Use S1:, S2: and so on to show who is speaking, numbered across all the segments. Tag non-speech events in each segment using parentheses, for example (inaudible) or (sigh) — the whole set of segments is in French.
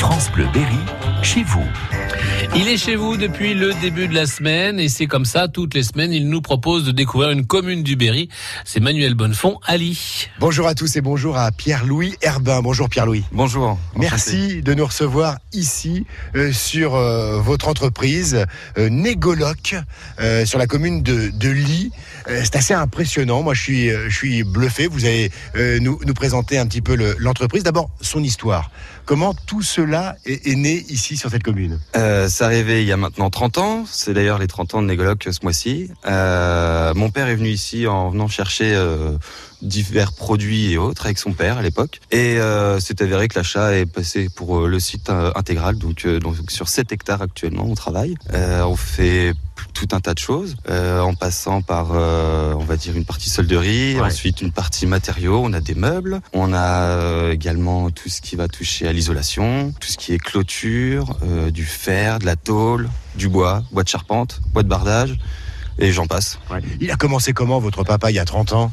S1: France Bleu Berry, chez vous.
S2: Il est chez vous depuis le début de la semaine et c'est comme ça, toutes les semaines, il nous propose de découvrir une commune du Berry. C'est Manuel Bonnefond, Ali.
S3: Bonjour à tous et bonjour à Pierre-Louis Herbin. Bonjour Pierre-Louis.
S4: Bonjour.
S3: Merci de nous recevoir ici euh, sur euh, votre entreprise euh, Négoloc euh, sur la commune de, de Lille. Euh, c'est assez impressionnant. Moi, je suis, euh, je suis bluffé. Vous allez euh, nous, nous présenter un petit peu le- l'entreprise. D'abord, son histoire. Comment tout cela est, est né ici sur cette commune
S4: Euh, c'est arrivé il y a maintenant 30 ans. C'est d'ailleurs les 30 ans de Négoloc euh, ce mois-ci. Euh, mon père est venu ici en venant chercher euh, divers produits et autres avec son père à l'époque. Et euh, c'est avéré que l'achat est passé pour euh, le site euh, intégral. Donc, euh, donc sur 7 hectares actuellement, on travaille. Euh, on fait tout un tas de choses, euh, en passant par, euh, on va dire, une partie solderie,
S3: Ouais.
S4: ensuite une partie matériaux, on a des meubles, on a euh, également tout ce qui va toucher à l'isolation, tout ce qui est clôture, euh, du fer, de la tôle, du bois, bois de charpente, bois de bardage, et j'en passe.
S3: Il a commencé comment, votre papa, il y a 30 ans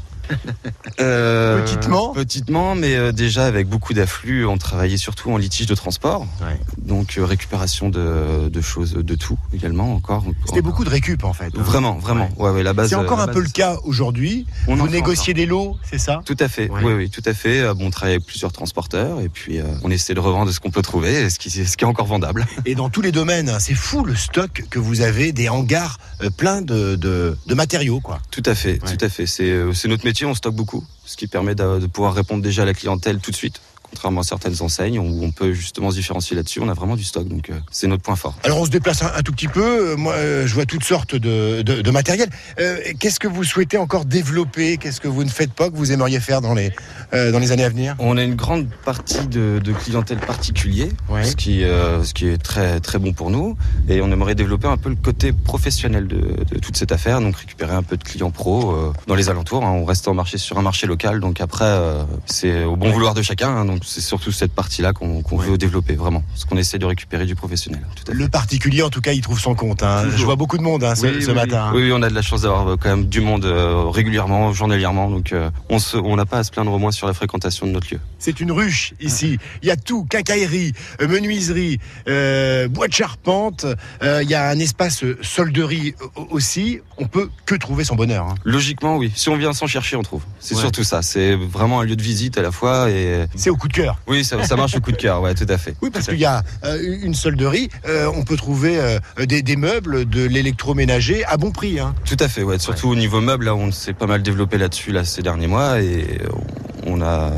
S4: Euh,
S3: Petitement
S4: Petitement, mais euh, déjà avec beaucoup d'afflux, on travaillait surtout en litige de transport,
S3: Ouais.
S4: donc euh, récupération de, de choses, de tout également encore.
S3: C'était beaucoup de récup, en fait.
S4: Vraiment, vraiment. Ouais, ouais, la Oh. base. euh,
S3: C'est encore
S4: la
S3: un
S4: base,
S3: peu le cas aujourd'hui.
S4: on
S3: Vous
S4: en fait encore.
S3: négociez des lots, c'est ça
S4: Tout à fait,
S3: Ouais.
S4: oui, oui, tout à fait. Euh, Bon, on travaille avec plusieurs transporteurs et puis euh, on essaie de revendre ce qu'on peut trouver, et ce qui, ce qui est encore vendable.
S3: Et dans tous les domaines, hein, c'est fou le stock que vous avez, des hangars euh, pleins de, de- de matériaux. quoi.
S4: (laughs) Tout à fait,
S3: Ouais.
S4: tout à fait. C'est euh, c'est notre métier, on stocke beaucoup, ce qui permet d'a- de, pouvoir répondre déjà à la clientèle tout de suite. Contrairement à certaines enseignes où on peut justement se différencier là-dessus, on a vraiment du stock, donc euh, c'est notre point fort.
S3: Alors on se déplace un, un tout petit peu, Euh, moi euh, je vois toutes sortes de, de- de matériel. Euh, Qu'est-ce que vous souhaitez encore développer Qu'est-ce que vous ne faites pas, que vous aimeriez faire dans les, euh, dans les années à venir
S4: On a une grande partie de, de clientèle particulier,
S3: Ouais.
S4: ce, qui, euh, ce qui est très, très bon pour nous. Et on aimerait développer un peu le côté professionnel de, de toute cette affaire, donc récupérer un peu de clients pro euh, dans les alentours. hein. On reste en marché sur un marché local, donc après, euh, c'est au bon vouloir de chacun. hein. donc c'est surtout cette partie-là qu'on qu'on
S3: Ouais.
S4: veut développer, vraiment. Ce qu'on essaie de récupérer du professionnel. hein, Tout à fait.
S3: Le particulier en tout cas il trouve son compte. hein.
S4: Toujours.
S3: Je vois beaucoup de monde hein, ce,
S4: Oui,
S3: ce
S4: oui,
S3: matin. hein.
S4: Oui, oui, on a de la chance d'avoir euh, quand même du monde euh, régulièrement, journalièrement. Donc euh, on se- on n'a pas à se plaindre au moins sur la fréquentation de notre lieu.
S3: C'est une ruche ici. Il y a tout, quincaillerie, euh, menuiserie, euh, bois de charpente, Euh, il y a un espace euh, solderie euh, aussi. On peut que trouver son bonheur. hein.
S4: Logiquement, oui. Si on vient sans chercher, on trouve. C'est
S3: Ouais.
S4: surtout ça. C'est vraiment un lieu de visite à la fois. Et
S3: C'est au coup de cœur.
S4: oui, ça, ça marche au coup de cœur. Ouais, tout à fait.
S3: Oui, parce qu'il y a euh, une solderie, euh, on peut trouver euh, des, des meubles, de l'électroménager à bon prix. hein.
S4: Tout à fait. Ouais. Surtout au niveau meuble, là, on s'est pas mal développé là-dessus là ces derniers mois et on on a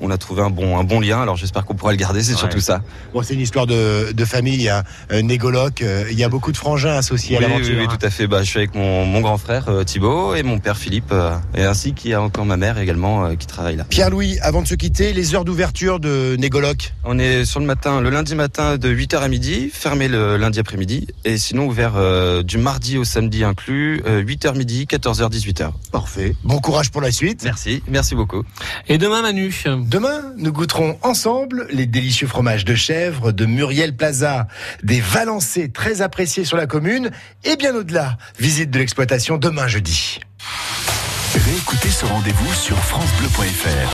S4: on a trouvé un bon un bon lien. Alors j'espère qu'on pourra le garder. C'est surtout ça.
S3: Bon, c'est une histoire de, de famille, hein. Euh, Négoloc, euh, il y a beaucoup de frangins associés à
S4: oui,
S3: l'aventure.
S4: oui, oui,
S3: hein.
S4: tout à fait. Bah, je suis avec mon, mon grand frère euh, Thibaut et mon père Philippe euh, et ainsi qu'il y a encore ma mère également euh, qui travaille là.
S3: Pierre-Louis, avant de se quitter, les heures d'ouverture de Négoloc.
S4: On est sur le matin, le lundi matin de 8h à midi, fermé le lundi après-midi, et sinon ouvert euh, du mardi au samedi inclus, 8h midi, 14h, 18h.
S3: Parfait. Bon courage pour la suite.
S4: Merci, merci beaucoup.
S2: Et demain, Manu.
S3: Demain, nous goûterons ensemble les délicieux fromages de chèvre de Muriel Plaza, des Valencés très appréciés sur la commune et bien au-delà. Visite de l'exploitation demain jeudi.
S1: Réécoutez ce rendez-vous sur FranceBleu.fr.